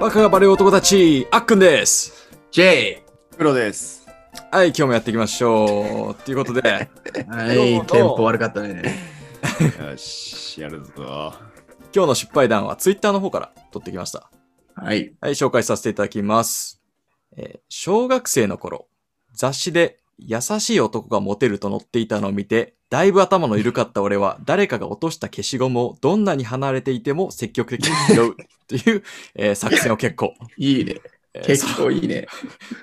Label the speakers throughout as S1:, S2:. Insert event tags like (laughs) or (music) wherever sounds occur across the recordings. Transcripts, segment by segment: S1: バカがバレる男たち、あっくんです。
S2: J!
S3: 黒です。
S1: はい、今日もやっていきましょう。ということで、 (laughs) ど
S2: は
S1: うも
S2: い、テンポ悪かったね。
S3: よし、やるぞ。
S1: 今日の失敗談は Twitter の方から撮ってきました。
S2: はい。
S1: はい、紹介させていただきます。えー小学生の頃、雑誌で優しい男がモテると載っていたのを見て、だいぶ頭の緩かった俺は、誰かが落とした消しゴムをどんなに離れていても積極的に拾うという、えー作戦を結構。
S2: いいね。 (laughs)
S1: えー
S2: 結構いいね。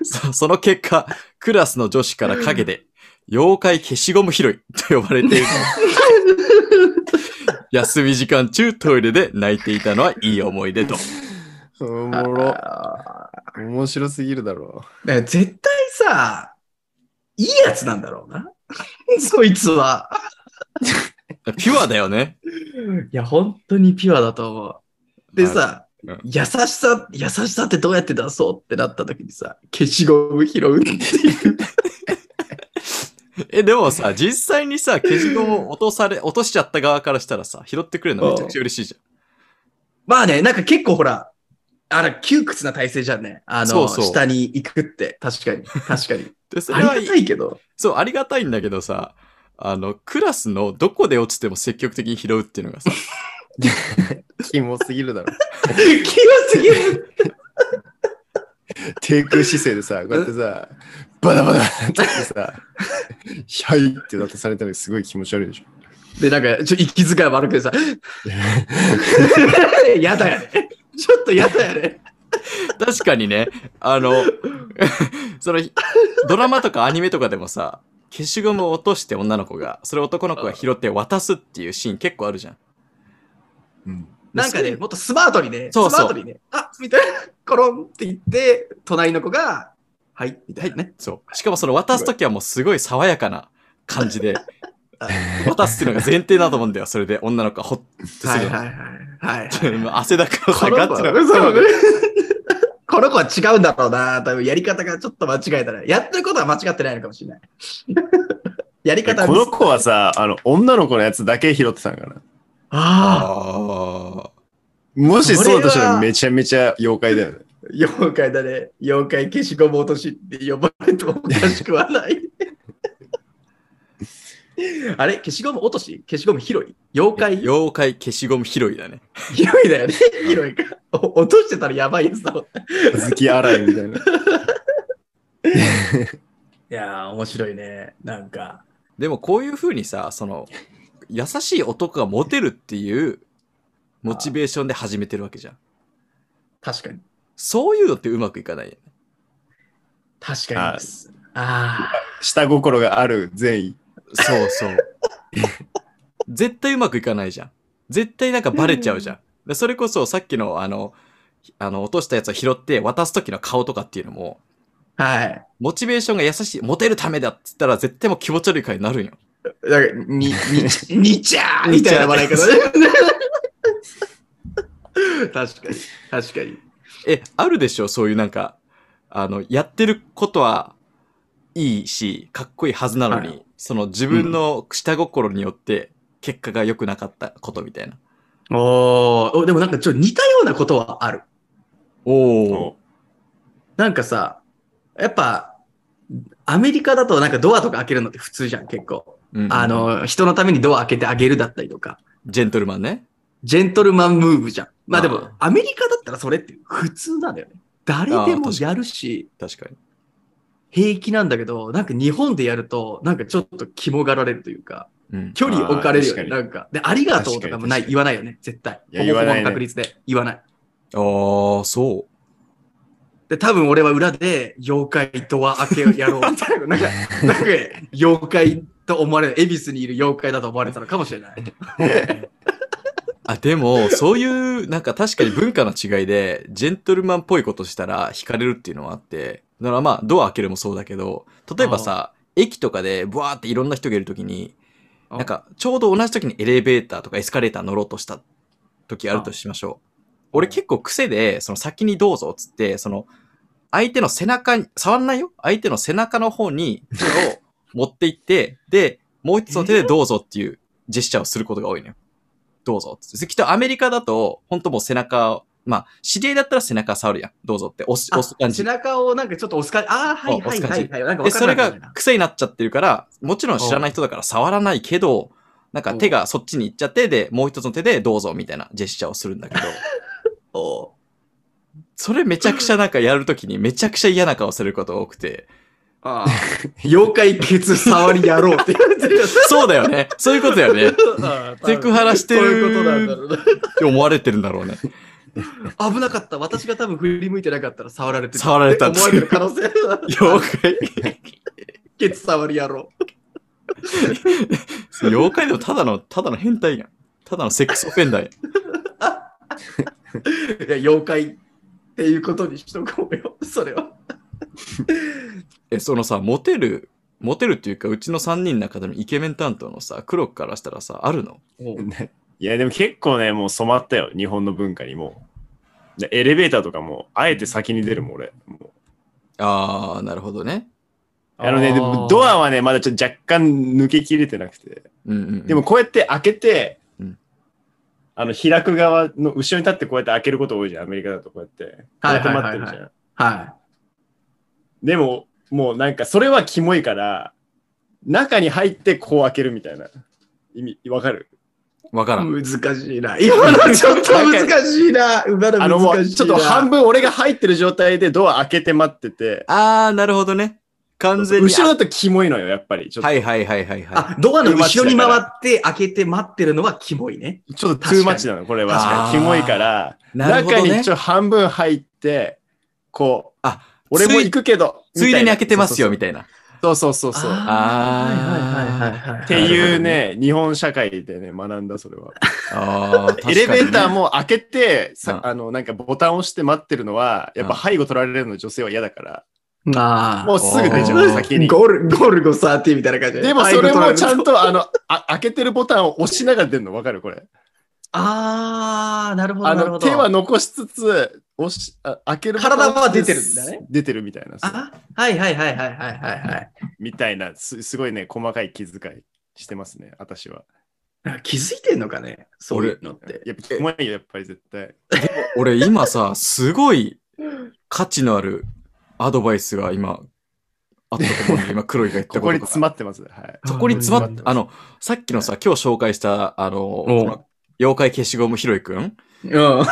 S1: そその結果、クラスの女子から陰で、妖怪消しゴム拾いと呼ばれているの
S2: (laughs)
S1: を休み時間中トイレで泣いていたのはいい思い出と。
S3: お
S2: あ
S3: もろ。
S2: ー
S3: 面白すぎるだろ
S2: だから絶対さ、いいやつなんだろうな。 (laughs) そいつは。
S1: ピュアだよね。
S2: いや、本当にピュアだと思う。でさ、
S1: うん
S2: 優しさ、優しさってどうやって出そうってなった時にさ、消しゴム拾うっていう。
S1: え、でもさ、実際にさ、消しゴムを落とされ、落としちゃった側からしたらさ、拾ってくれるのめちゃくちゃ嬉しいじゃん。
S2: まあね、なんか結構ほら、あら、窮屈な体勢じゃんね。あの、
S1: そうそう
S2: 下に行くって。確かに。確かに。
S1: で、 (laughs) それ
S2: あ
S1: は
S2: りがたいけど。 (laughs)
S1: そう、ありがたいんだけどさ、あの、クラスのどこで落ちても積極的に拾うっていうのがさ、
S3: う。キモすぎるだろ。
S2: 器用すぎる。
S3: 低空姿勢でさ、こうやってさ、 (laughs) バタバタってさ、はいってだとされたのすごい気持ち悪いでしょ。
S2: で、なんか、ちょ、息遣い悪くてさ、 (laughs) やだやね。ちょっとやだ
S1: (laughs)
S2: やね。
S1: 確かにね、あの、 (laughs) その、ドラマとかアニメとかでもさ、消しゴムを落として女の子が、それ男の子が拾って渡すっていうシーン結構あるじゃん。
S3: うん。
S2: なんかね、もっとスマートにね、
S1: そうそう
S2: スマートにね、あみたいな、コロンって言って、隣の子が、はい、みたいなね。
S1: そう。しかもその渡すときはもうすごい爽やかな感
S2: (laughs)
S1: じで、渡すっていうのが前提だと思うんだよ。それで女の子がほっとする
S2: はい
S1: の。
S2: はいはい。はい、はい。
S1: もう (laughs) 汗だくの
S2: こ
S1: さ、
S2: の
S1: ガ
S2: 子
S1: ッチ
S2: は
S1: の。
S2: そうね (laughs) この子は違うんだろうな。多分やり方がちょっと間違えたら。やってることは間違ってないのかもしれない。 (laughs) やり
S3: こ
S2: 方は
S3: の子はさ、あの、女の子のやつだけ拾ってたんかな。
S2: ああ、
S1: あ
S3: もしそうだとし
S2: そ
S3: た
S2: れ
S3: ら
S2: は
S3: めちゃめちゃ妖怪だよね。
S2: 妖怪だね。妖怪消しゴム落としって呼ばれてもおかしくはない。 (laughs) あれ消しゴム落とし消しゴム拾い妖
S1: あ。
S2: 怪
S1: 妖怪消しゴム拾いだね。
S2: 広いだよね。広いか。お落としてたらやばいやつだもん。い
S3: 小豆洗いみたいな。
S2: やー、面白いね。なんか。
S1: でもこういう風にさ、その、優しい男がモテるっていうモチベーションで始めてるわけじゃん。
S2: 確かに。
S1: そういうのってうまくいかないよね。
S2: 確かに。
S3: (laughs) あ
S2: ああ
S3: 下心がある善意。
S1: そうそう。 (laughs) 絶対うまくいかないじゃん。絶対なんかバレちゃうじゃん。でそれこそさっきのあの、ひあの、落としたやつを拾って渡す時の顔とかっていうのも、
S2: ー。はい。
S1: モチベーションが優しい、モテるためだって言ったら絶対もう気持ち悪い顔になるんよ。
S2: なんか、に、
S1: (laughs)
S2: に、にちゃーみたいな笑い方ね。 (laughs) 確かに。確かに。
S1: え、あるでしょそういうなんか、あの、やってることはいいし、かっこいいはずなのに、
S2: は
S1: その自分の下心によって結果が良くなかったことみたいな。
S2: おーお、でもなんかちょっと似たようなことはある。
S1: おお。
S2: なんかさ、やっぱ、アメリカだとなんかドアとか開けるのって普通じゃん、結構。
S1: うん
S2: あ、の、人のためにドア開けてあげるだったりとか。
S1: ジェントルマンね。
S2: ジェントルマンムーブじゃん。まあで
S1: あ
S2: も
S1: ー、
S2: アメリカだったらそれって普通なんだよね。誰で
S1: あー確か
S2: も
S1: に
S2: やるし、
S1: 確かに。
S2: 平気なんだけど、なんか日本でやると、なんかちょっと肝がられるというか、
S1: うん。
S2: 距離置かれるよね。
S3: あー確か
S2: なんか。で、ありがとうとかもない、
S3: 確かに確かに
S2: 言わないよね、絶対。
S3: いや言わないね
S2: ほぼほぼの確率で言わない。
S1: ああ、そう。
S2: で、多分俺は裏で、妖怪ドア開けをや
S1: (laughs)
S2: ろうみたいな。なんか、なんか、妖怪と思われる、恵比寿にいる妖怪だと思われたのかもしれない。
S1: あでも、そういう、なんか確かに文化の違いで、ジェントルマンっぽいことしたら惹かれるっていうのはあって、だからまあ、ドア開けるもそうだけど、例えばさ、駅とかで、ブワーっていろんな人がいるときに、
S2: あ
S1: なんか、ちょうど同じ時にエレベーターとかエスカレーター乗ろうとした時あるとしましょう。俺結構癖で、その先にどうぞっつって、その、相手の背中に、触んないよ相手の背中の方に手を持っていって、で、もう一つの手でどうぞっていうジェスチャーをすることが多いのよ。どうぞっつって。きっとアメリカだと、ほんともう背中まあ、知り合いだったら背中触るやん。どうぞって押す、押す感
S2: 背
S1: じ。
S2: 中をなんかちょっと押す感じ。ああ、はい
S1: 押
S2: はい
S1: す感
S2: は
S1: じ
S2: いはい。なんか
S1: で、
S2: わか
S1: そ
S2: ら
S1: れ
S2: なくな
S1: が
S2: るな
S1: 癖になっちゃってるから、もちろん知らない人だから触らないけど、なんか手がそっちに行っちゃって、で、もう一つの手でどうぞみたいなジェスチャーをするんだけど、
S2: (laughs) おう
S1: それめちゃくちゃなんかやるときにめちゃくちゃ嫌な顔することが多くて、
S2: ああ妖怪ケツ触りやろうって言ってる。
S1: そうだよ (laughs) ね。そういうことだよね。っセクハラしてる
S2: そういうことなんだろうな
S1: て思われてるんだろ
S2: (laughs)
S1: うね。
S2: 危なかった。私が多分振り向いてなかったら触られてた。
S1: 触られたんで
S2: 思
S1: す
S2: われてる可能性。 (laughs)
S1: 妖怪。
S2: ケツ触りやろう。
S1: 妖怪でもただの、ただの変態やん。ただのセックスオフェンダーやん。
S2: いや、妖怪っていうことにしとこうよ。 (laughs) それは。
S1: え、そのさ、モテる、モテるっていうか、うちの3人の中でもイケメン担当のさ、黒からしたらさ、あるの
S3: ねいや、でも結構ね、もう染まったよ、日本の文化にもう。でエレベーターとかも、あえて先に出るもん、俺。もう
S1: あー、なるほどね。
S3: あのね、でもドアはね、まだちょっと若干抜けきれてなくて。
S1: うんうん、うん。
S3: でも、こうやって開けて、
S1: うん
S3: あの、開く側の後ろに立ってこうやって開けること多いじゃん、アメリカだとこうやって。こう
S2: はい
S3: やって
S2: はい
S3: 待っ
S2: は
S3: て
S2: い
S3: る
S2: は
S3: じ
S2: い
S3: ゃん。
S2: は
S3: でも、もうなんか、それはキモいから、中に入ってこう開けるみたいな。意味、わかる
S1: わからん。
S2: い。難しいな。今のちょっと難しいな。今の
S3: あの、も
S2: 難
S3: う、
S2: しいな。
S3: ちょっと半分俺が入ってる状態でドア開けて待ってて、
S1: あー、なるほどね。完全に。
S3: 後ろだとキモいのよ、やっぱり。ちょっと、
S1: はいはいはいはいはい。
S2: あ、ドアの後ろに回って開けて待ってるのはキモいね。
S3: ちょっとトゥーマッチなの、これ
S1: 確
S3: は
S1: か。に
S3: キモいから、
S1: なるほど
S3: 中
S1: ね
S3: にち。ょ半分入って、こう、
S1: あ、
S3: 俺も行くけど、
S1: ついでに開けてますよ、み
S3: みたい
S1: たいな。
S3: な。そうそうそうそう。っ
S1: あー
S2: はいはいはいはいはいはい。
S3: ていうね、日本社会でね、学んだ、それは。
S1: あー、
S3: エレベーター
S1: も。
S3: も開けて、
S1: う
S3: さ
S1: ん
S3: あの、なんかボタンを押して待ってるのは、やっぱ背後取られるの女性は嫌だから、
S2: ああ。
S3: もうすぐ出ちゃう、
S1: おー
S3: 先に。
S2: ゴルゴルゴ13みたいな感じ
S3: でもそれもちゃん
S2: と。
S3: と、あの、あ開けてるボタンを押しながら出るの、わかるこれ。
S2: ああ、なるほど。
S3: あ
S2: なるほ
S3: の
S2: ど
S3: 手は残しつつ、押しあ開けるボタンを
S2: 体は
S3: 押し
S2: 出て
S3: つ
S2: るん
S3: つ
S2: だね。
S3: 出てるみたいな。そう
S2: あはいはいはいはいはいはいはい。
S3: みたいなす、すごいね、細かい気遣いしてますね、私は。
S2: なんか気づいてんのかねそういうのって。
S3: やっぱ、キモいよ、やっぱり絶対。
S1: 俺今さ、すごい価値のあるアドバイスが今、あったと思うんで、今黒いが言ったこ
S3: こことに
S1: が。
S3: 詰まってます。はい。
S1: そこに詰まっ
S3: うん
S1: あの、さっきのさ、今日紹介した、あの、
S2: ん
S1: この妖怪消しゴムひろいくん
S2: うん。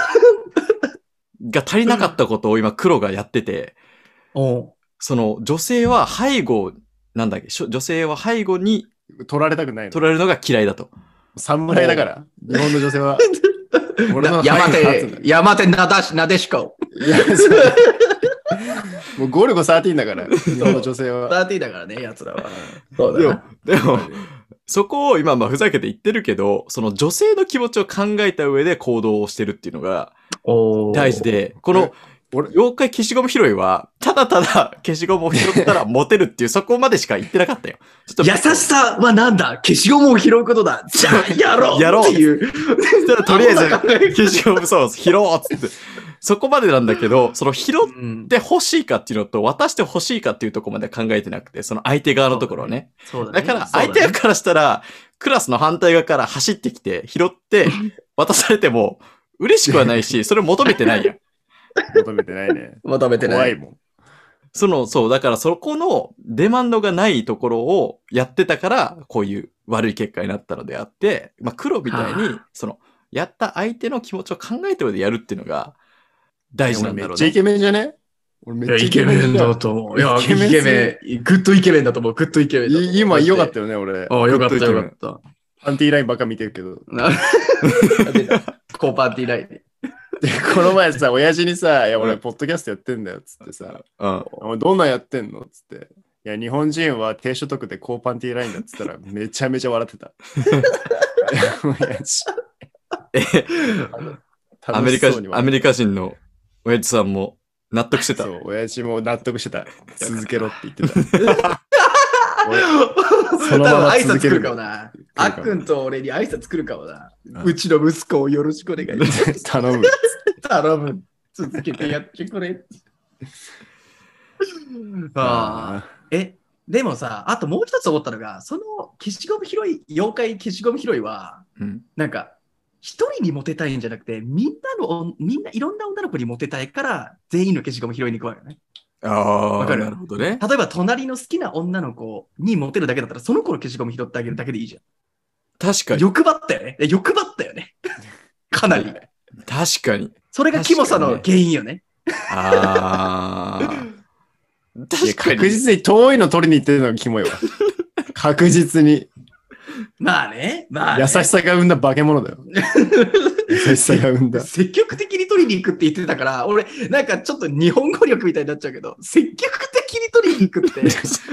S1: が足りなかったことを今黒がやってて、
S2: (laughs) お
S1: その女性は背後、なんだっけ、しょ女性は背後に
S3: 取られたくないの
S1: 取。られるのが嫌いだと。
S3: 侍だから、日本の女性
S2: (laughs)
S3: は。俺の
S2: 山
S3: 背後に立つんだ
S2: 手、山手なだし、なでしこ。
S3: いや、そう
S2: (laughs)
S3: もうゴルゴ13だから、日本の女性は。
S2: 13だからね、やつらは。そうだな。
S1: でも、そこを今、まあ、ふざけて言ってるけど、その女性の気持ちを考えた上で行動をしてるっていうのが
S2: おー
S1: 大事。で、こ
S3: うん
S1: の、
S3: 俺
S1: 妖怪消しゴム拾いは、ただただ消しゴムを拾ったらモテるっていう、そこまでしか言ってなかったよ。ちょっと
S2: 優しさはなんだ消しゴムを拾うことだじゃあ、やろ
S1: (laughs)
S2: う
S1: やろう
S2: っていう。
S1: そしたらとりあえず
S2: アホな考え、
S1: 消しゴム、そう、拾おうっつって。そこまでなんだけど、その拾っ
S2: うん
S1: て欲しいかっていうのと、渡して欲しいかっていうところまで考えてなくて、その相手側のところをね。
S2: そう
S1: だから、相手からしたら、クラスの反対側から走ってきて、拾って、渡されても、嬉しくはないし、それ求めてないやん。
S3: 求めてないね。
S2: 求めてな
S3: 怖い
S2: い。
S3: もん。
S1: その、そう、だからそこのデマンドがないところをやってたから、こういう悪い結果になったのであって、まあ、黒みたいに、その、やった相手の気持ちを考えて上でやるっていうのが大事な
S3: 俺
S1: ん
S3: め
S1: だ
S3: っ
S1: ろう
S3: ちゃイ
S1: ね。
S3: ケメンじゃね俺めっ
S2: い
S3: ち
S2: や
S3: ゃ
S2: イケメン
S3: だ
S2: だと思う。いや、
S3: イ
S2: イ
S3: ケ
S2: ケ
S3: メン
S2: メン、グッドイケメンだと思う。グッドイケメンだと思う。
S3: い今良かったよね、俺。
S2: ああ、よかっ
S1: グッド
S2: た
S1: イケメン
S2: よかっ
S3: パンティーラインばっか見てるけど。
S2: た。な (laughs) コーパーティーライン。
S3: で、この前さ、親父にさ、いや、俺、
S1: うん
S3: ポッドキャストやってんだよ、つってさ、
S1: うん。
S3: お前どんなんやってんのつって。いや、日本人は低所得で高パンティーラインだっつったら、
S1: (laughs)
S3: めちゃめちゃ笑ってた。親父
S1: アメリカ人、アメ
S3: リ
S1: リカ人の親父さんも納得してた
S3: そ。う、親父も納得してた。続けろって言ってた。
S1: (laughs)
S2: そ
S3: そのまま続け
S2: 挨拶来
S3: る
S2: るかもな。あ
S3: 来る
S2: っ
S3: かも
S2: くんと俺に挨拶来るかもな
S3: う。ん
S2: うちの息子をよろしくお願いします。
S3: 頼む。
S2: 頼む。続けてやってく
S3: (laughs)
S2: れ。ああ。え、でもさ、あともう一つ思ったのが、その消しゴム拾い、妖怪消しゴム拾いは、
S1: (laughs) うん。
S2: なんか、一人にモテたいんじゃなくて、みんなのお、みんないろんな女の子にモテたいから、全員の消しゴム拾いに行くわよね。
S1: ああ、
S2: わかる
S1: なるほどね。
S2: 例えば、隣の好きな女の子にモテるだけだったら、その子の消しゴム拾ってあげるだけでいいじ
S1: 確
S2: ゃ
S1: か
S2: ん。
S1: に。
S2: 欲張ったよね。え欲張ったよね。かなり。
S1: 確かに。
S2: それがキモさの原因よね。
S1: ああ。
S3: いや
S1: 確か
S3: 確
S1: に。
S3: 実に遠いの取りに行ってるのがキモいわ。確実に。
S2: まあね。まあ、ね。
S3: 優しさが生んだ化け物
S1: (laughs)
S3: だよ。優しさが生んだ。
S2: 積極的に取りに行くって言ってたから、俺、なんかちょっと日本語力みたいになっちゃうけど、積極的に取りに行くって、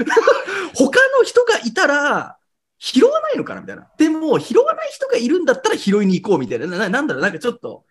S2: 他の人がいたら、拾わないのかなみたいな。でも、拾わない人がいるんだったら拾いに行こうみたいな。ななんだろう、なんかちょっと、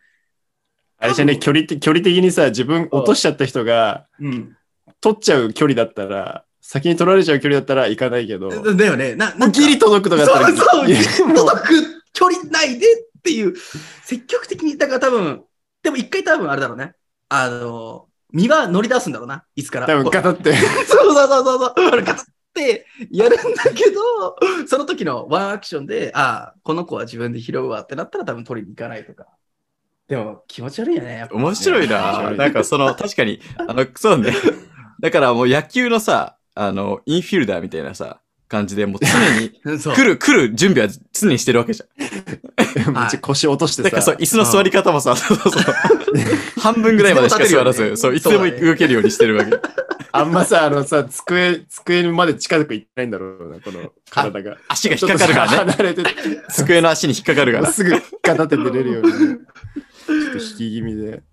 S3: あれじゃね、距離的、距離的にさ、自分落としちゃった人が、
S2: うん。
S3: 取っちゃう距離だったら、先に取られちゃう距離だったら行かないけど、
S2: だよね。な、なんか
S3: ギリ届くとかだったら、
S2: そうそう、
S3: いやもう
S2: 届く距離内でっていう、積極的に、だから多分、でも一回多分あれだろうね。あの、身は乗り出すんだろうな、いつから。
S3: 多分ガタって、
S2: そうそうそうそうそう。俺ガタってやるんだけど、その時のワンアクションで、ああ、この子は自分で拾うわってなったら多分取りに行かないとか。でも気持ち悪いよね。やっぱ
S1: 面白い
S3: 面
S1: な。
S3: 白い
S1: なんかその、確かに、あの、そうね。だからもう野球のさ、あの、インフィルダーみたいなさ、感じで、もう常に、
S2: (laughs) そう。
S1: 来る、来る準備は常にしてるわけじゃん。
S3: めっちゃ腰落として
S1: だからそ
S3: さ
S1: う、、椅子の座り方も
S2: (laughs)
S1: さ、そうそうそう。半分ぐらいまでしか座らず、そう、いつでも動けるようにしてるわけ。
S3: あんまさ、あのさ、机、机まで近く行ってないんだろうな、この体が。
S1: 足が引っかかるからね。
S3: ちょっとさ離れてて、
S1: 机の足に引っかかるから。
S3: すぐガタって出れるように、ちょっと引き気味で。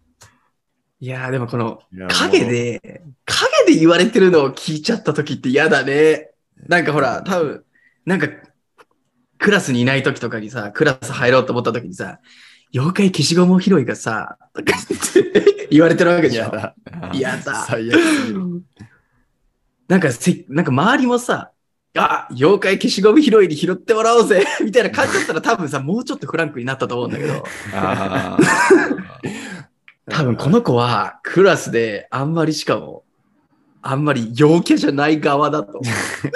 S2: いやーでもこの
S3: いや
S2: 影。で、影で言われてるのを聞いちゃった時って嫌だね。なんかほら、多分、なんか、クラスにいない時とかにさ、クラス入ろうと思った時にさ、妖怪消しゴム拾いがさ、 (laughs) とかって言われてるわけ
S3: い
S2: じゃ
S3: や
S2: ん。
S3: だ。
S2: 嫌だ。
S3: 最悪すぎる。
S2: なんかせ、なんか周りもさ、あ、妖怪消しゴム拾いに拾ってもらおうぜみたいな感じだったら多分さ、もうちょっとフランクになったと思うんだけど、
S1: あー
S2: 多分この子はクラスであんまりしかも、あんまり陽キャじゃない側だ
S1: (laughs)
S2: と。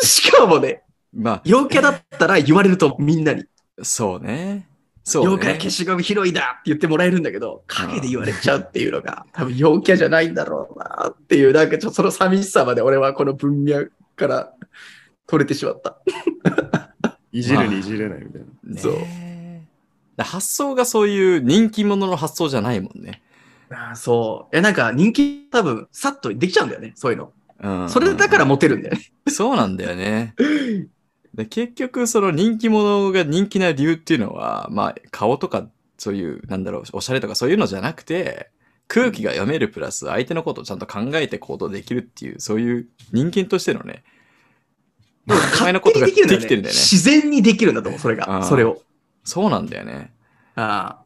S2: しかもね、
S1: ま
S2: 陽キャだったら言われるとみんなに、
S1: あ、そうね。そう
S2: 妖
S1: ね
S2: 怪。消しゴム拾いだって言ってもらえるんだけど、陰で言われちゃうっていうのが、多分陽キャじゃないんだろうなっていう、なんかちょっとその寂しさまで俺はこの文脈から取れてしまった。
S3: いじるにいじれないみたいな。
S1: ね
S2: そう
S1: だ発想がそういう人気者の発想じゃないもんね。
S2: ああそう。え、なんか人気多分、さっとできちゃうんだよね、そういうの。
S1: うん、
S2: それだからモテるんだよね。
S1: そうなんだよね。で結局、その人気者が人気な理由っていうのは、まあ、顔とか、そういう、なんだろう、おしゃれとかそういうのじゃなくて、空気が読めるプラス、相手のことをちゃんと考えて行動できるっていう、そういう人間としてのね、 (laughs) お前のことが
S2: 勝手
S1: で
S2: に
S1: きてるんだよね
S2: 自然にできるんだと思う、それ
S1: あ
S2: が。
S1: あ
S2: それを。
S1: そうなんだよね。
S2: ああ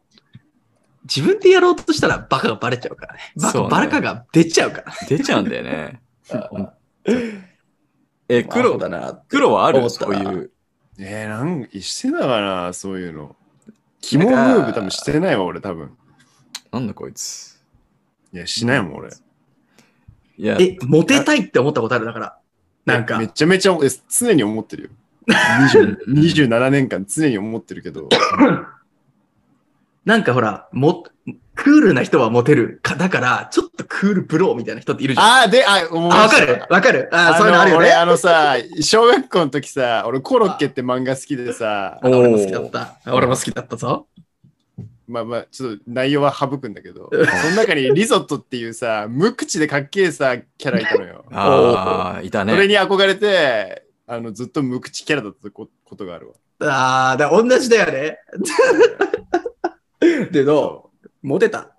S2: 自分でやろうとしたらバカがバレちゃうからね。バカ
S1: そうね
S2: バカが出ちゃうから。
S1: 出ちゃうんだよね。
S2: あ (laughs)
S1: え、黒、
S2: だな。
S1: 黒はあ
S2: 思
S1: る
S2: った
S1: そういう。
S3: えー、なんしてたかな、そういうの。キモムーブ多分してないわ、俺多分。
S1: なんだこいつ。
S3: いや、しないもん、俺。
S1: いや、
S2: え、モテたいって思ったことあるだから。なんか
S3: め、ちゃめちゃ、え常に思ってるよ。20
S1: (laughs)
S3: 27年間常に思ってるけど、
S2: なんかほら、も、クールな人はモテるか。だから、ちょっとクールブローみたいな人っているじゃん。あ、
S3: ああ、で、あ、思い出
S2: わか
S3: した
S2: るわかるああ、
S3: あ
S2: そういうのある
S3: の、
S2: よね
S3: 俺、。あのさ、小学校の時さ、俺、コロッケって漫画好きでさ
S1: あ、の
S2: 俺も好きだった。俺も好きだったぞ。
S3: まあまあ、ちょっと内容は省くんだけど、その中にリゾットっていうさ、無口でかっけえさ、キャラいたのよ。
S1: ああ、いた
S3: それ
S1: ね。
S3: に憧れて、あのずっと無口キャラだったこことがあるわ。
S2: ああ、だから同じだよね。 (laughs) でどうモテた。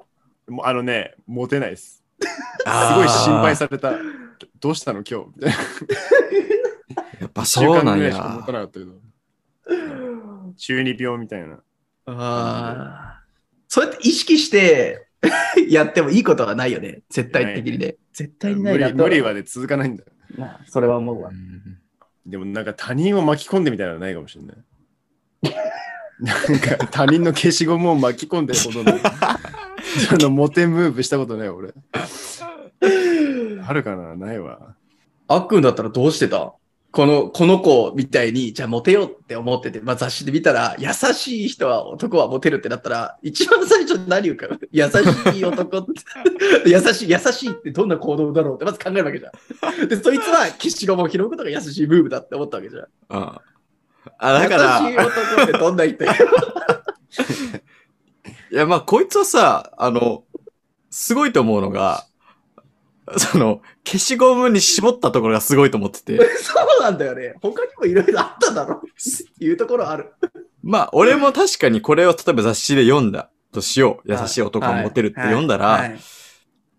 S3: もうあのね、モテないです。す
S1: あー
S3: ごい心配された。どうしたの今日みたいな。
S1: やっぱ
S3: 1週
S1: そう
S3: 間
S1: な
S3: ぐ
S1: ん
S3: らいしか持
S1: や
S3: た。なかったけど。中二病みたいな。
S2: ああ。そうやって意識して (laughs) やってもいいことはないよね。絶対的にね。絶対にな
S3: 無
S2: いな
S3: 理
S2: と
S3: 無理はね、続かないんだよ。
S2: なそれは思うわ
S1: う。ん
S3: でもなんか他人を巻き込んでみたいなのはないかもしれない。なんか他人の消しゴムを巻き込んでるほ
S2: (laughs)
S3: どのそのモテムーブしたことない俺。あるかなないわ。
S2: あっくんだったらどうしてたこの、この子みたいに、じゃあモテようって思ってて、まあ雑誌で見たら、優しい人は男はモテるってなったら、一番最初に何言う (laughs) か、優しい男って、 (laughs) 優しい、優しいってどんな行動だろうってまず考えるわけじゃん。で、そいつは消しゴムを拾うことが優しいムーブだって思ったわけじゃん。
S1: あ、だから、
S2: 優しい男ってどんな人や
S1: いや、まあ、こいつはさ、あの、すごいと思うのが、その、消しゴムに絞ったところがすごいと思ってて。
S2: そうなんだよね。他にもいろいろあっただろうっていうところある。
S1: まあ、俺も確かにこれを例えば雑誌で読んだとしよう。優しい男をモテるって読んだ
S2: は
S1: ら、
S2: い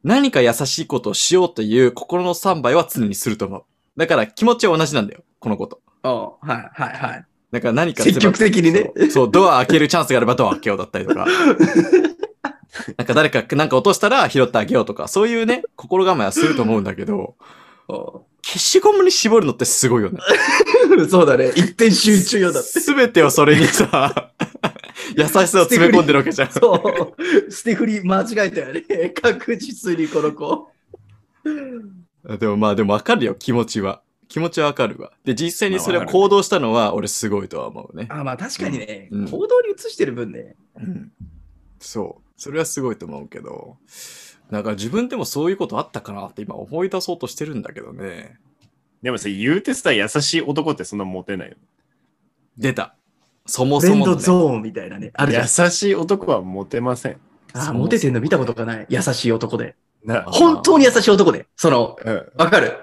S1: 何か優しいことをしようという心の三倍は常にすると思う。だから気持ちは同じなんだよ。このこと。
S2: おうはいはいはい。
S1: だから何か
S2: 積極的にね。
S1: そうそう、ドア開けるチャンスがあればドア開けようだったりとか。
S2: (laughs)
S1: なんか誰か、なんか落としたら拾ってあげようとか、そういうね、心構えはすると思うんだけど、
S2: お
S1: 消しゴムに絞るのってすごいよね。
S2: う (laughs) そうだね。一点集中よだって。
S1: すべてをそれに
S2: (laughs)
S1: さ、優しさを詰め込んでるわけじゃん。
S2: そう。捨て振り間違えたよね。 (laughs) 確実にこの子。
S1: でもまあでもわかるよ、気持ちは。気持ちはわかるわ。で、実際にそれを行動したのは俺すごいとは思うね。
S2: あまあ確かにね、
S1: うん
S2: 行動に移してる分ね。
S1: うん。そう。それはすごいと思うけど、なんか自分でもそういうことあったかなって今思い出そうとしてるんだけどね。
S3: でもさ、言うてさ、優しい男ってそんなモテないよ。
S1: 出た。そも
S2: ブレ
S1: そ
S2: ン
S1: も
S2: ド
S1: のね、
S2: ゾーンみたいなね。あるじゃん
S3: 優。しい男はモテません。
S2: あーモテてんの見たことがない。優しい男で。
S3: な
S1: あー
S2: 本当に優しい男で。その、
S3: うん、
S2: わかる。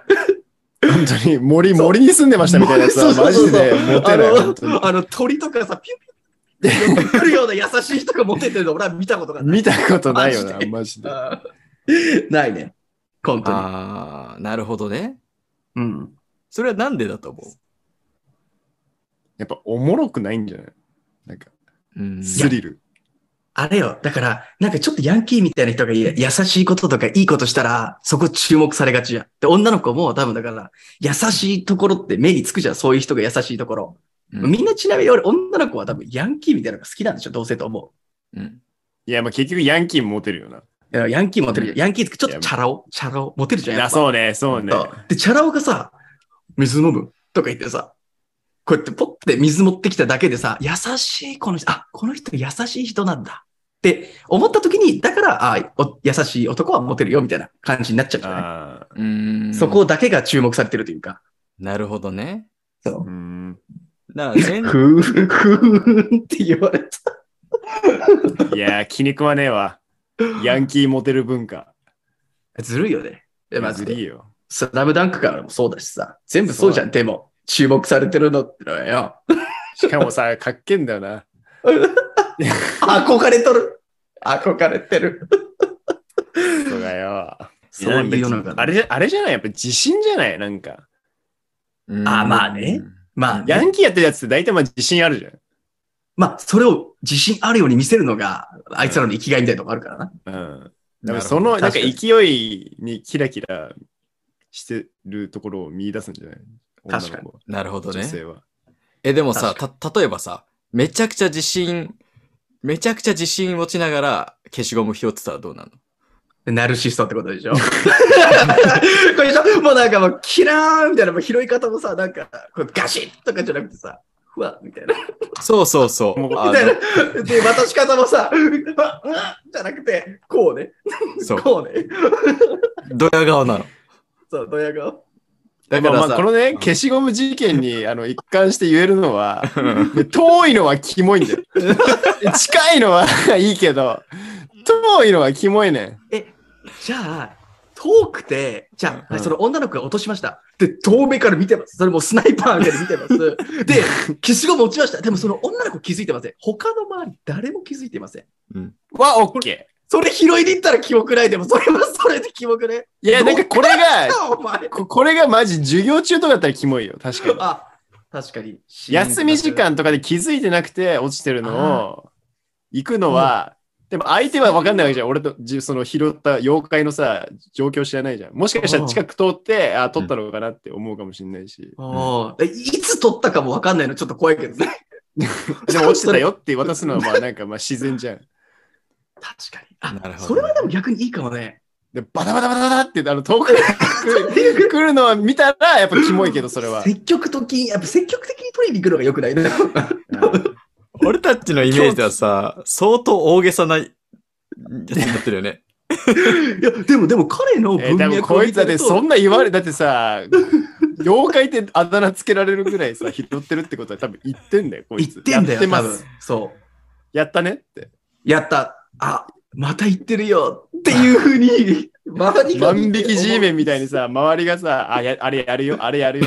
S3: 本当に森、森に住んでましたみたいなやつ
S2: そう
S3: は
S2: そう
S3: マ
S2: そう
S3: ジ
S2: そう
S3: でモテない。本当
S2: あ
S3: に
S2: の、あの鳥とかさ、ピュンピュンって来るような優しい人がモテてるの俺は見たことが
S3: (laughs)
S2: ない。
S3: 見たことないよな、マ
S2: マ
S3: ジで。
S2: あーないね。本当に。
S1: ああ、なるほどね。
S2: うん。
S1: それはなんでだと思
S3: やっぱおもろくないんじゃないなんか、
S1: ううん。
S3: スリル。
S2: あれよ、だから、なんかちょっとヤンキーみたいな人がいや優しいこととかいいことしたら、そこ注目されがちじゃん。で、女の子も多分だから、優しいところって目につくじゃん、そういう人が優しいところ。
S1: うん
S2: みんなちなみに俺、女の子は多分ヤンキーみたいなのが好きなんでしょ、どうせと思
S1: うん
S3: いや、まあ結局ヤンキーもモテるよな。
S2: う。だからヤンキーモテるじゃん。ヤンキーってちょっ
S3: い
S2: と
S3: や
S2: チャラ男チャラ男モテるじゃん。
S3: いや、
S2: う
S3: そうね、そうね。
S2: で、チャラ男がさ、水飲むとか言ってさ、こうやってポッて水持ってきただけでさ、優しいこの人、あ、この人優しい人なんだ。って思った時に、だから、あお優しい男はモテるよみたいな感じになっちゃうじゃな
S3: あ
S1: うーん
S2: いそこだけが注目されてるというか。
S1: なるほどね。
S3: ーうーん
S1: だから全
S2: ふーふーんって言われた。
S3: いやー、気に食わねえわ。ヤンキーモテる文化。
S2: ずるいよね。
S3: い
S2: でま
S3: や
S2: あ、
S3: ずりーよ。
S2: スラムダンクからもそうだしさ、全部そうじゃん。でも、注目されてるのってのはよ、
S3: しかもさ、かっけえんだよな。
S2: 憧れとる。憧れてる。
S3: そうだよ。
S2: そういう世の中
S3: あれじゃあれじゃないやっぱ自信じゃないなんか。
S1: うん
S2: あまあね。まあ、
S3: ヤ
S2: ね、
S3: ンキーやってるやつって大体まあ自信あるじ
S2: まあ、それを自信あるように見せるのが、あいつらの生きがいみたいなとこあるからな。
S3: ゃん。う
S1: な
S3: ん。だ
S1: る
S3: か
S1: ほ
S3: ら
S1: ど
S3: その、なんか
S2: 確かに
S3: 勢いにキラキラしてるところを見出すんじゃない
S2: 確かに
S3: 女の子は
S1: なるほど
S3: 女
S1: ね。
S3: 性は。
S1: え、でもさ、た、例えばさ、めちゃくちゃ自信、めちゃくちゃ自信持ちながら消しゴム拾ってたらどうなの
S2: ナルシストってことでしょ (laughs) これでしょもうなんかもう、キラーンみたいな、もう拾い方もさ、なんか、こうガシッとかじゃなくてさ、ふわっみたいな。
S1: そうそうそう。
S3: もう
S1: あ
S2: み
S1: の
S2: たいな。で、渡し方もさ、うわうわじゃなくて、こうね。
S1: そう。
S2: こうね。
S1: ドヤ顔なの。
S2: そう、ドヤ顔。
S1: だか
S3: まあ
S1: ら
S3: まあ
S1: さ、
S3: このね、消しゴム事件にあの一貫して言えるのは、
S1: うん
S3: で遠いのはキモいんだよ。近いのはいいけど、遠いのはキモいねん。
S2: じゃあ、遠くて、じゃあ、
S3: うん
S2: その女の子が落としました。で、遠目から見てます。それもうスナイパーみたいに見て
S3: (laughs)
S2: ます。で、消しゴム落ちました。でもその女の子気づいてません。他の周り誰も気づいていません。
S3: はオッケ
S2: それ拾いに行ったらキモくないでも、それはそれでキモくね。
S3: ー。いや、なんかこれが、
S2: あ、お前。
S3: ここれがマジ授業中とかだったらキモいよ。確かに。
S2: あ、確かに。
S3: (laughs) 休み時。間とかで気づいてなくて落ちてるのを行くのは、でも相手は分かんないわけじゃん。俺とじその拾った妖怪のさ、状況知らないじゃん。もしかしたら近く通って、あ、取ったのかなって思うかもしれないし。
S2: おーえいつ撮ったかもわかんないのちょっと怖いけどね。
S3: (laughs) でも落ちてたよって渡すのはまあなんかまあ自然じゃん。
S2: (laughs) 確かに。あ、
S1: なるほどね
S3: (laughs)
S2: それはでも逆にいいかもね。
S3: で、バタバタバタバタって、あの、遠くから来る来るのを見たら、やっぱキモいけど、それは。
S2: 積極的、やっぱ積極的に取りに行くのが良くない。 (laughs)
S3: うん
S1: 俺たちのイメージはさ、相当大げさなやつになってるよね。
S2: いや、でも、でも彼の
S3: えー、
S2: 文
S3: 多分
S2: 脈を
S3: こ
S2: 見
S3: いつだ
S2: て
S3: って
S2: る
S3: そ
S2: と、
S3: んな言われ、だって
S2: (laughs)
S3: さ、妖怪ってあだ名つけられるぐらいさ、拾ってるってことは多分言ってんだよ、こい
S2: 言
S3: つ。
S2: ってんだ
S3: やって
S2: よ、
S3: ま
S2: 多分
S3: す。。
S2: そう。
S3: やったね
S2: (laughs)
S3: って。
S2: やった。あ、また言ってるよっていうふうに、周りが
S3: (laughs) 万
S2: 見
S3: 引
S2: て
S3: き G メンみたいにさ、周りがさ、あやあれやるよ、あれやるよ。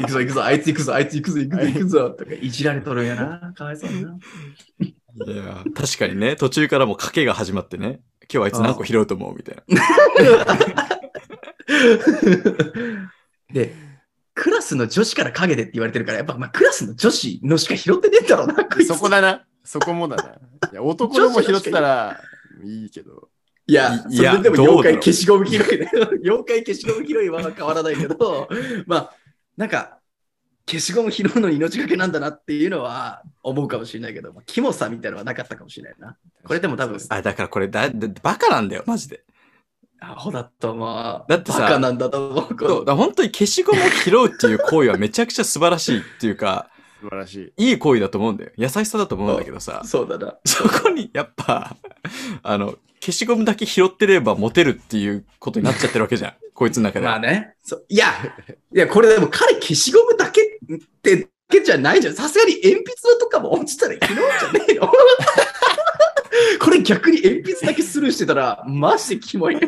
S2: 行くぞ行くぞ、あいつ行くぞ、あいつ行くぞ、行くぞ、行くぞ、とか、いじられとるんやな、かわいそうにな。
S1: いやー、確かにね、途中からもう賭けが始まってね、今日あいつ何個拾うと思うみたいな。
S2: (laughs) で、クラスの女子から陰でって言われてるから、やっぱ、まあ、クラスの女子のしか拾ってねえんだろうな、こ (laughs) いつ
S3: そこだな。そこもだな。いや男のも拾ってたらいいけど。
S2: いや、
S1: い
S2: そ
S1: いや
S2: れでも
S1: どうだろう
S2: 妖怪消しゴム広い (laughs) ね。妖怪消しゴム広いは変わらないけど、 (laughs) まあ、なんか、消しゴム拾うのに命がけなんだなっていうのは思うかもしれないけど、まあ、キモさみたいなのはなかったかもしれないな。これでも多分、
S1: あ、だからこれだ、だバカなんだよ、マジで。
S2: アホだと思う。
S1: だってさ
S2: バカなんだと思う。こ
S1: そう
S2: の
S1: だから本当に消しゴムを拾うっていう行為はめちゃくちゃ素晴らしいっていうか、
S3: 素晴らしい。
S1: いい行為だと思うんだよ。優しさだと思うんだけどさ、
S2: そうだな。
S1: そこにやっぱ、あの、消しゴムだけ拾ってればモテるっていうことになっちゃってるわけ
S2: (laughs)
S1: じゃん。こいつの中で。
S2: まあね。そういや、いや、これでも彼消しゴムだけってだけじゃないじゃん。さすがに鉛筆のとかも落ちたら拾うんじゃねえよ。 (laughs) これ逆に鉛筆だけスルーしてたら、マジでキモいよ。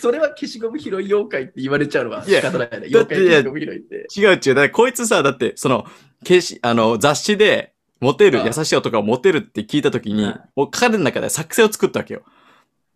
S2: それは消しゴム拾い妖怪って言われちゃうのは仕方ないね。
S1: いやだっ
S2: 妖
S1: て
S2: 怪消しゴム拾いって。
S1: 違う違う。だからこいつさ、だって、その、消し、あの、雑誌で、モテる
S2: う、ん
S1: 優しい男がモテるって聞いたときに、
S2: うん
S1: もう彼の中で作戦を作ったわけよ。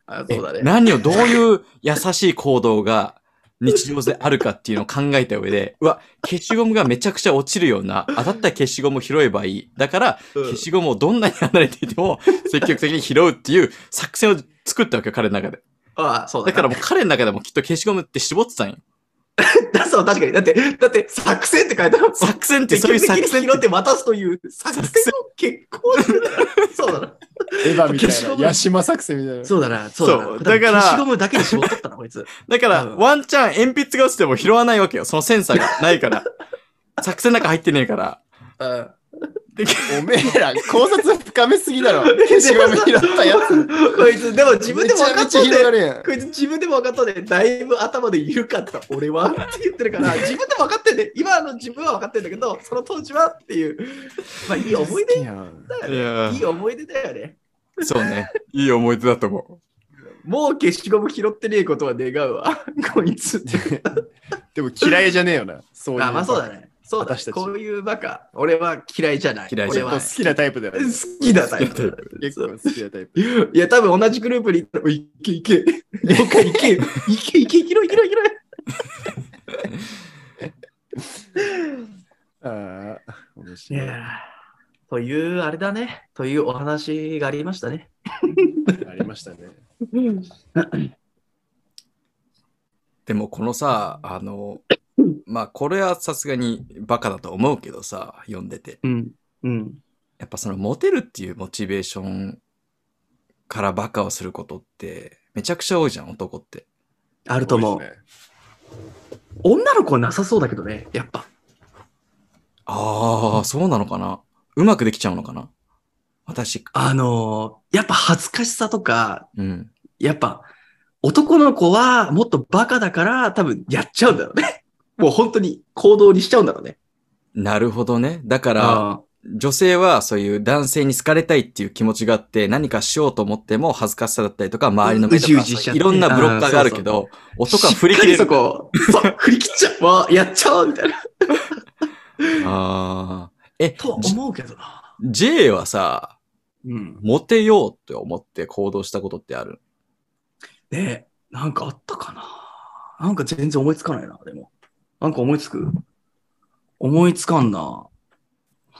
S2: あそうだ
S1: え
S2: ね。
S1: 何を、どういう優しい行動が日常であるかっていうのを考えた上
S2: (laughs)
S1: で、うわ、消しゴムがめちゃくちゃ落ちるような、あだったら消しゴムを拾えばいい。だから、
S2: うん
S1: 消しゴムをどんなに離れていて
S2: (laughs)
S1: も、積極的に拾うっていう作戦を作ったわけよ、彼の中で。
S2: ああ、そうだ
S1: だ
S2: ね
S1: からもう彼の中でもきっと消しゴムって絞ってたん
S2: (laughs)
S1: よ。
S2: だそう、確かに。だって、だって、作戦って書いてある。
S1: 作戦って
S2: 積
S1: そういう
S2: 極的
S1: 作
S2: に
S1: 戦
S2: 拾 (laughs) って渡すという作戦の結構
S1: (laughs)
S2: だなそうだな。
S3: エヴァみ
S2: 消したゴ
S3: い
S2: ム
S3: な。ヤシマ作戦みたいな。
S2: そうだな、そうだな。
S1: そう
S2: 多分
S1: だから
S2: 消しゴムだけで絞っとったな、こいつ。
S1: だから、
S2: うん
S1: ワンチャン鉛筆が落ちても拾わないわけよ。そのセンサーがないから。
S2: (laughs)
S1: 作戦の中入ってねえから。
S2: うん。 (laughs)
S1: で
S3: おめえら考察深めすぎだろ。
S2: (laughs)
S3: 消しゴム拾ったやつ。
S2: こいつ、でも自分でも分かっと
S3: めちゃめちゃ広が
S2: っ
S3: るやん
S2: て、。こいつ自分でも分かっとって、だいぶ頭で緩かった、俺はって言ってるから、自分でも分かってんね、今の自分は分かってんだけど、その当時はっていう、まあいい思い出
S3: やん。
S2: だよ
S1: いや
S2: ね。いい思い出だよね。
S1: そうね。いい思い出だと思
S2: もう消しゴム拾ってねえことは願うわ、 (laughs) こいつ。
S3: でも嫌いじゃねえよな。そういう。
S2: あ、まあそうだ。ね。そうだ
S3: 私たち
S2: こういうバカ、俺は嫌いじゃない。
S1: 嫌いじゃ
S2: 俺
S3: 結
S1: な
S3: 構
S1: い
S2: は
S3: 好きなタイプだ
S2: (laughs)
S3: よね。
S2: 好きだタイ
S1: 好きなタイ
S2: プ。
S3: 結構好きなタイプ。
S2: いや、多分同じグループに行ったら、おいいけいけ、了解いけ、いけいけ、いけろいけろいけろ。
S3: ああ、面
S2: い
S3: 白い。
S2: やーという、あれだね。というお話がありましたね。
S3: ありましたね。
S1: う。でもこのさ、あの、まあこれはさすがにバカだと思うけどさ、読んでて。
S2: うん。うん。
S1: やっぱそのモテるっていうモチベーションからバカをすることってめちゃくちゃ多いじゃん、男って。
S2: あると思う。女の子はなさそうだけどね、やっぱ。
S1: ああ、そうなのかな。うまくできちゃうのかな。私、
S2: あのーやっぱ恥ずかしさとか、
S1: うん。
S2: やっぱ、男の子はもっとバカだから、多分やっちゃうんだろう (laughs) ね。もう本当に行動にしちゃうんだろうね。
S1: なるほどね。だから、
S2: あ
S1: 女性はそういう男性に好かれたいっていう気持ちがあって何かしようと思っても恥ずかしさだったりとか周りの目と
S2: うじう
S1: か
S2: じしち
S1: そ
S2: ゃっ
S1: う
S2: て
S1: いろんなブロッカーがあるけど男は振り切れ
S2: そ
S1: る。
S2: こ、そう振り切っちゃう。わあやっちゃおうみたいな。
S1: あーえ、
S2: と思うけどな。
S1: J はさ、
S2: うん。
S1: モテようって思って行動したことってある
S2: ねなんかあったかななんか全然思いつかないな、でも。なんか思いつく思いつかんな。モ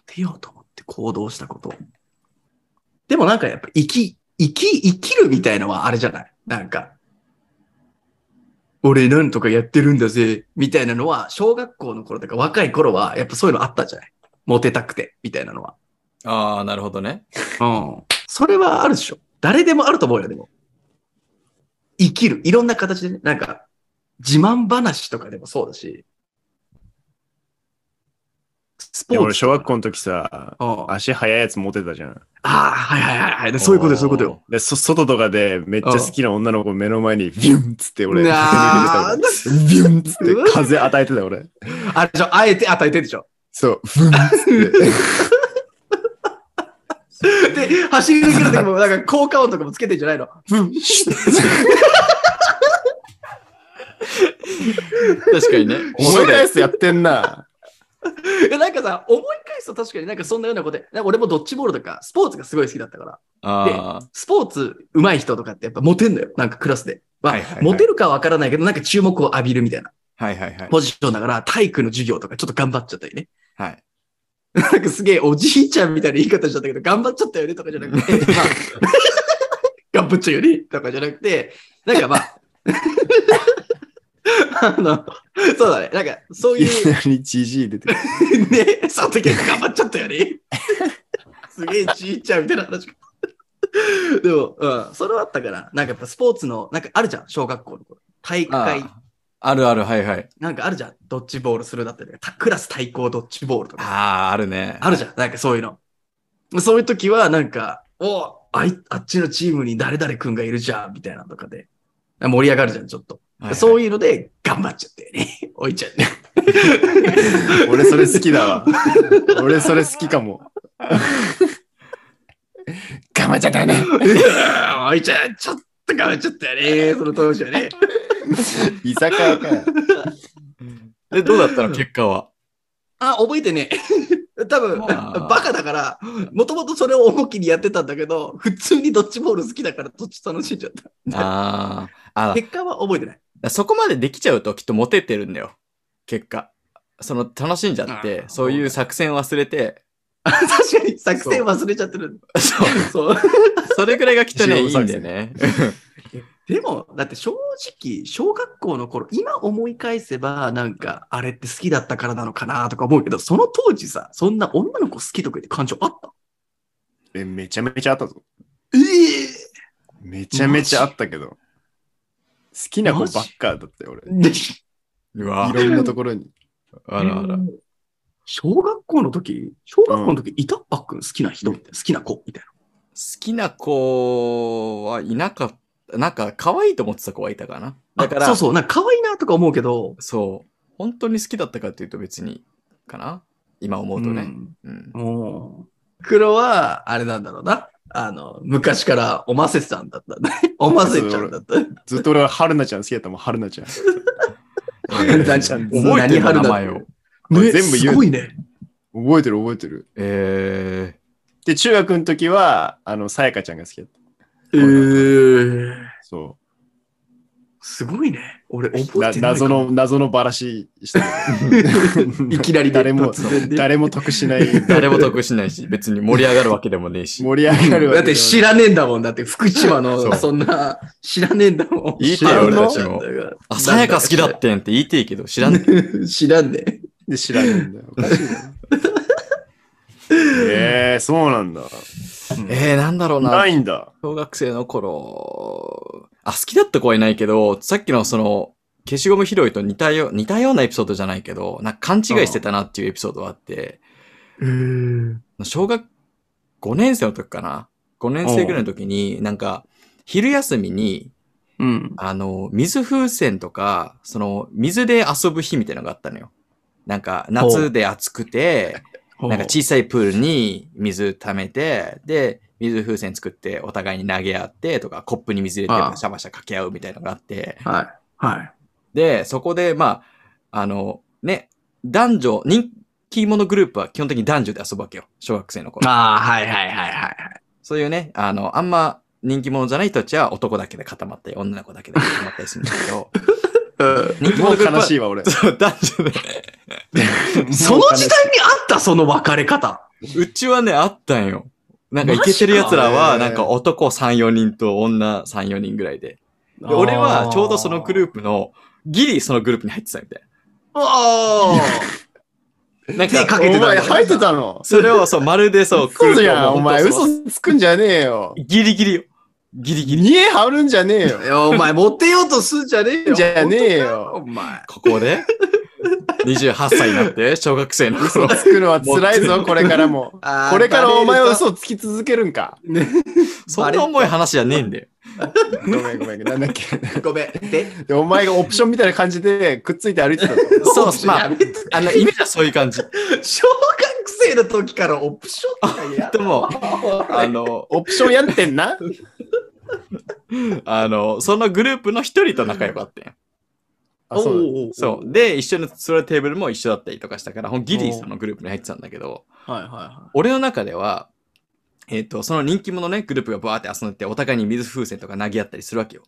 S2: テようと思って行動したこと。でもなんかやっぱ生き、生き、生きるみたいのはあれじゃないなんか。俺なんとかやってるんだぜ、みたいなのは、小学校の頃とか若い頃は、やっぱそういうのあったじゃないモテたくて、みたいなのは。
S1: ああ、なるほどね。
S2: うん。それはあるでしょ。誰でもあると思うよ、でも。生きる。いろんな形でね、なんか、自慢話とかでもそうだし、スポ
S3: いや
S2: ー
S3: 俺、
S2: ツ。
S3: 小学校の時さ、
S2: ああ
S3: 足速いやつ持ってたじゃん。
S2: ああ、はいはいはいはい。そういうことよ、そういうことよ。
S3: で、そ外とかでめっちゃ好きな女の子目の前にビュンっつって俺、 (laughs)
S2: なあ
S3: 駆け抜けてた俺ビュンっつって風与えてた俺。
S2: あれでしょ、あえて与えてるでしょ。
S3: そう、ブンっつって。
S2: (laughs) で、走り抜ける時も、なんか効果音とかもつけてんじゃないのブンシュッ
S1: (laughs) 確かにね。
S3: 思い返すやってんな。
S2: いやなんかさ、思い返すと確かになんかそんなようなことで、なんか俺もドッジボールとかスポーツがすごい好きだったから、
S1: ああ。
S2: スポーツ上手い人とかってやっぱモテんのよ、なんかクラスで。まあ
S1: はいはいはい
S2: モテるかわからないけど、なんか注目を浴びるみたいな
S1: はいはいはい。
S2: ポジションだから、体育の授業とかちょっと頑張っちゃったりね。 (laughs)
S1: はい。
S2: なんかすげえおじいちゃんみたいな言い方しちゃったけど、頑張っちゃったよねとかじゃなくて、まあ、頑張っちゃうよねとかじゃなくて、なんかまあ、 (laughs) あの、そうだね、なんかそう
S3: い
S2: い
S3: き
S2: う
S3: なりじじい出てくる。
S2: (laughs) ね、その時は頑張っちゃった
S1: (laughs)
S2: よね。すげえじいちゃんみたいな話。でも、うん、それはあったから、なんかやっぱスポーツの、なんかあるじゃん、小学校の頃。体育
S1: あ
S2: 会、
S1: ーあるある、はいはい。
S2: なんかあるじゃん、ドッジボールするだったりとか、クラス対抗ドッジボールとか、
S1: ああ、あるね。
S2: あるじゃん、なんかそういうの。そういう時は、なんか、おあいあっちのチームに誰々くんがいるじゃん、みたいなのとかで、盛り上がるじゃん、ちょっと。
S1: はいはい
S2: そういうので、頑張っちゃってね、 (laughs) おいちゃんね。
S3: 俺それ好きだわ。俺それ好きかも。頑張っちゃったね。
S2: うんおいちゃん、ちょっと頑張っちゃったよね、その当時はね。
S3: 居酒屋かよ。
S1: え、どうだったの結果は。
S2: あ、覚えてね (laughs) え。多分、
S1: あー
S2: バカだから、もともとそれを重きにやってたんだけど、普通にドッジボール好きだから、どっち楽しんじゃった。
S1: ああ。あ
S2: 結果は覚えてない。
S1: だそこまでできちゃうときっとモテてるんだよ。結果。その楽しんじゃっ
S2: あ
S1: て
S2: ー、
S1: そういう作戦忘れて、
S2: 確かに、作戦忘れちゃってる。
S1: そう。
S2: そう。
S1: それぐらいがきっとね、い
S3: 自
S1: いん
S3: 動作
S1: だよ
S3: 戦
S1: ね。
S2: でも、だって正直、小学校の頃、今思い返せば、なんか、あれって好きだったからなのかなとか思うけど、その当時さ、そんな女の子好きとかって感情あった
S3: えめちゃめちゃあったぞ。
S2: ええ
S3: めちゃめちゃあったけど。好きな子ばっかだったよ、俺。
S1: (laughs) うわ
S3: いろんなところに。
S1: あらあら。
S2: 小学校の時、小学校の時、いたっぱっくん好きな人みたいな、好きな子みたい
S1: 好きな子はいなかった、なんか可愛いと思ってた子はいたかな。だ
S2: な。
S1: から、
S2: そうそう、なんか可愛いなとか思うけど、
S1: そう本当に好きだったかっていうと別に、かな今思うとね。うん
S2: うんもう、黒は、あれなんだろうな。あの、昔からおませさんだった (laughs) ね。おませちゃんだ (laughs) ったね。
S3: ずっと俺は春菜ちゃん好きだったもん、春菜ちゃん。
S1: え
S2: (laughs)
S1: ー
S2: 何
S3: ちゃん
S1: 覚えてる名前を。
S3: 俺
S2: ね
S3: 全部言う
S2: すごいね。
S3: 覚えてる覚えてる。
S1: え
S3: で、中学の時は、あの、さやかちゃんが好きだっ
S2: えー、
S3: た。そ
S2: すごいね。俺、
S3: う。
S2: 覚え
S3: な
S2: てないか
S3: 謎
S2: も。
S3: の、謎のばらしして
S2: (laughs)
S3: る
S2: いきなりね
S3: 誰も
S2: 突然ね
S3: 誰も得しない。
S1: ー、誰も得しないし、別に盛り上がるわけでもねえし。
S3: 盛り上がるわ
S2: だ
S3: け
S2: って知
S3: ら
S2: らねえんだもん。だって福島
S1: そ
S2: の
S1: う
S2: そんな知らねえんだもん。
S1: 言いて
S3: え
S2: 知らん
S3: よ
S2: の
S3: 俺たち
S1: も。あ、さやか好きだっ。てんって言いてえけど、知らん。
S2: 知らんねえ。
S3: で知らないんだよ。おかしいだろえー、そうなんだ。
S1: えー、なんだろうな
S3: な。いんだ。
S1: 小学生の頃、あ、好きだった子はいないけど、さっきのその、消しゴム拾いと似たよ似たようなエピソードじゃないけど、なんか勘違いしてたなっていうエピソードがあって、
S2: うん。
S1: 小学5年生の時かな ?5 年生ぐらいの時に、なんか、昼休みに、
S2: うん。
S1: あの、水風船とか、その、水で遊ぶ日みたいなのがあったのよ。なんか、夏で暑くて、なんか小さいプールに水溜めて、で、水風船作ってお互いに投げ合ってとか、コップに水入れて
S2: ああ
S1: バシャバシャ掛け合うみたいなのがあって、
S2: はい。はい。
S1: で、そこで、まあ、あの、ね、男女、人気者グループは基本的に男女で遊ぶわけよ。小学生の頃。
S2: ああ、はいはいはいはい。
S1: そういうね、あの、あんま人気者じゃない人たちは男だけで固まったり、女の子だけで固まったりするんだけ
S2: (laughs)
S1: ど、
S2: うん
S1: 人気
S3: も
S1: 者グルー
S3: う
S1: プ
S3: 悲
S1: は
S3: しいわ、俺。
S1: そう、男女で。
S2: (laughs) その時代にあった、その別れ方。
S1: うちはね、あったんよ。なんか、イケてる奴らは、
S3: マジか
S1: なんか男3、4人と女3、4人ぐらいで。で俺はちょうどそのグル
S2: ープ。
S1: ープの、ギリそのグループに入ってたみたい
S2: あ
S1: な。なん
S2: 手
S1: か、
S2: かけ
S3: お
S2: てた
S3: 前
S2: の
S3: 入ってたの
S1: それをそう、まるでそう、
S3: 嘘じゃん、
S1: も
S3: お
S1: う
S3: 前。
S1: 本当その
S3: 嘘つくんじゃねえよ。
S1: ギリギリよ。ギリギリ。
S3: 見え張るんじゃね (laughs) えよ。
S2: いやお前、モテようとすんじゃねえよ。
S3: じゃねえよ
S2: 本当かお前。
S1: ここで ?28 歳になって、小学生の
S3: 嘘
S1: 頃。
S3: つくのは辛いぞ、これからも。
S2: あー
S3: これからお前は。
S2: バレる
S3: 嘘をつき続けるんか。
S1: そんな重い話じゃねえんだよ。
S3: ごめんごめん、なんだっけ。
S2: とごめん。で、
S3: でお前がオプションみたいな感じでくっついて歩いてたぞ。
S1: そう
S2: も
S1: っすまあ
S2: やめて
S1: あの、イメージはそういう感じ。
S2: 小学生の時からオプションとかや
S1: でも、あの、
S3: オプションやってんな。
S1: あの、そのグループの一人と仲良かったんよ
S3: あそうなんだ
S2: おう
S1: そう。で、一緒に座るテーブルも一緒だったりとかしたから、ほんギリそのグループに入ってたんだけど、
S2: はいはいは
S1: 俺の中では、えっ、と、その人気者ね、グループがバーって遊んでて、お互いに水風船とか投げ合ったりするわけよ。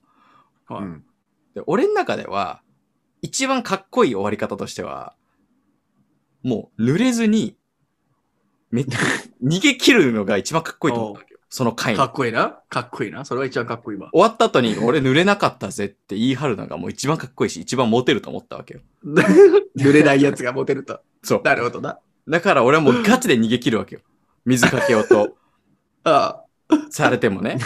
S2: はい
S3: うん
S1: で俺の中では、一番かっこいい終わり方としては、もう濡れずに、め (laughs) 逃げ切るのが一番かっこいいと思ったわけよ。その回
S2: い。
S1: に。終
S2: かっこいいな。かっこいいな。それは一番かっこい
S1: (laughs)
S2: いわ。
S1: わった後に、俺濡れなかったぜって言い張るのがもう一番かっこいいし、一番モテると思ったわけよ。
S2: 濡れないやつがモテると。
S1: そう。
S2: なるほどな。
S1: だから俺はもうガチで逃げ切るわけよ。水かけようと
S2: あ
S1: されてもね。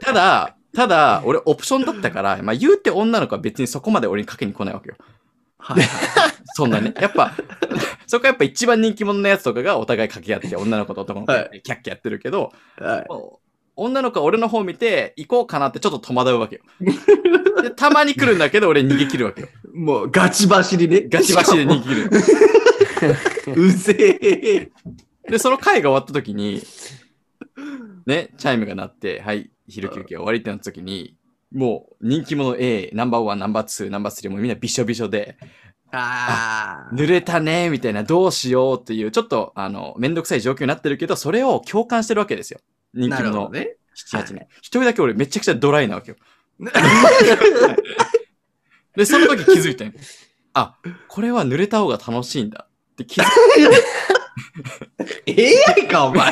S1: ただ、ただ、俺オプションだったから、まあ言うて女の子は別にそこまで俺にかけに来ないわけよ。
S2: あ。はい。
S1: そんなね。やっぱ、 (laughs) そこはやっぱ一番人気者のやつとかがお互い掛け合って、女の子と男の子
S2: は
S1: でキャッキャやってるけど、
S2: はい。
S1: もう女の子は俺の方見て、行こうかなってちょっと戸惑うわけよ。でたまに来るんだけど、俺逃げ切るわけよ。
S2: もうガチ走 (laughs) りね。
S1: ガチバシで逃げ切る。
S2: うぜえ。
S1: (laughs) で、その回が終わった時に、ね、チャイムが鳴って、はい、昼休憩終わりってなった時に、もう人気者 A、ナンバーワン、ナンバーツー、ナンバースリーもみんなびしょびしょで、
S2: ああ。
S1: 濡れたね、みたいな、どうしようっていう、ちょっと、あの、めんどくさい状況になってるけど、それを共感してるわけですよ。人
S2: な
S1: 気
S2: るほ
S1: 者
S2: どね。 (laughs)
S1: 7、8人。一、人
S2: は
S1: だけ俺めちゃくちゃドライなわけよ。で、その時気づいたんよあ、これは濡れた方が楽しいんだって気づい
S2: AI か、お (laughs) 前。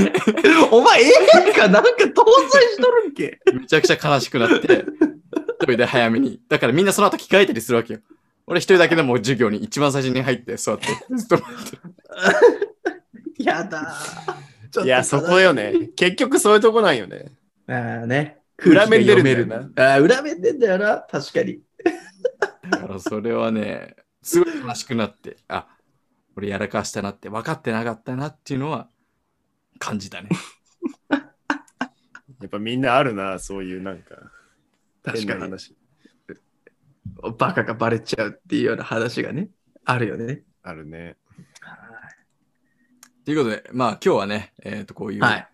S2: お前 AI か、なんか搭載しとるんけ。
S1: めちゃくちゃ悲しくなって、一人で早めに。だからみんなその後着替えたりするわけよ。俺一人だけでも授業に一番最初に入って座って、ずっと待ってる
S2: やだー。ちょっと
S3: いや、そこよね。結局そういうとこなんよね。
S2: ああね。
S3: 裏面出るんだよな
S2: 空気が読めるああ、裏面出るんだよな。確かに。
S1: だからそれはね、すごい悲しくなって、あ、俺やらかしたなって、分かってなかったなっていうのは感じたね。
S3: やっぱみんなあるな、そういうなんか。
S2: 確か
S3: 変な
S2: に。
S3: 話
S2: バカがバレちゃうっていうような話がね。あるよね。
S3: あるね。
S1: ということで、まあ今日はね、えっ、とこういう、
S2: はい。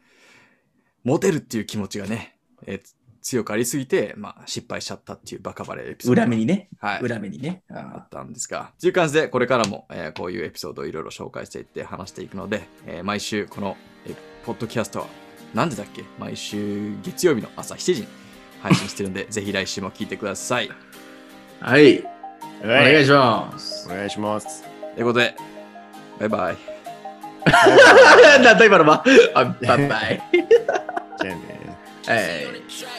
S1: モテるっていう気持ちがね、えー強くありすぎて、まあ失敗しちゃったっていうバカバレエピソード。
S2: 裏目にね。
S1: はい。
S2: 裏目にね。
S1: あ
S2: あ
S1: ったんですが、という感じで、これからも、えーこういうエピソードをいろいろ紹介していって話していくので、えー毎週この、えーポッドキャストは、何時だっけ毎週月曜日の朝7時に配信してるんで、ぜひ来週も聞いてください。
S2: あはい。
S3: お
S2: お願いします
S3: お。願いします。
S1: ということで、バイバイ。
S2: (laughs) なんだ今のは。あバイバイ。 (laughs)
S3: じゃあね。
S2: はい。
S4: Shine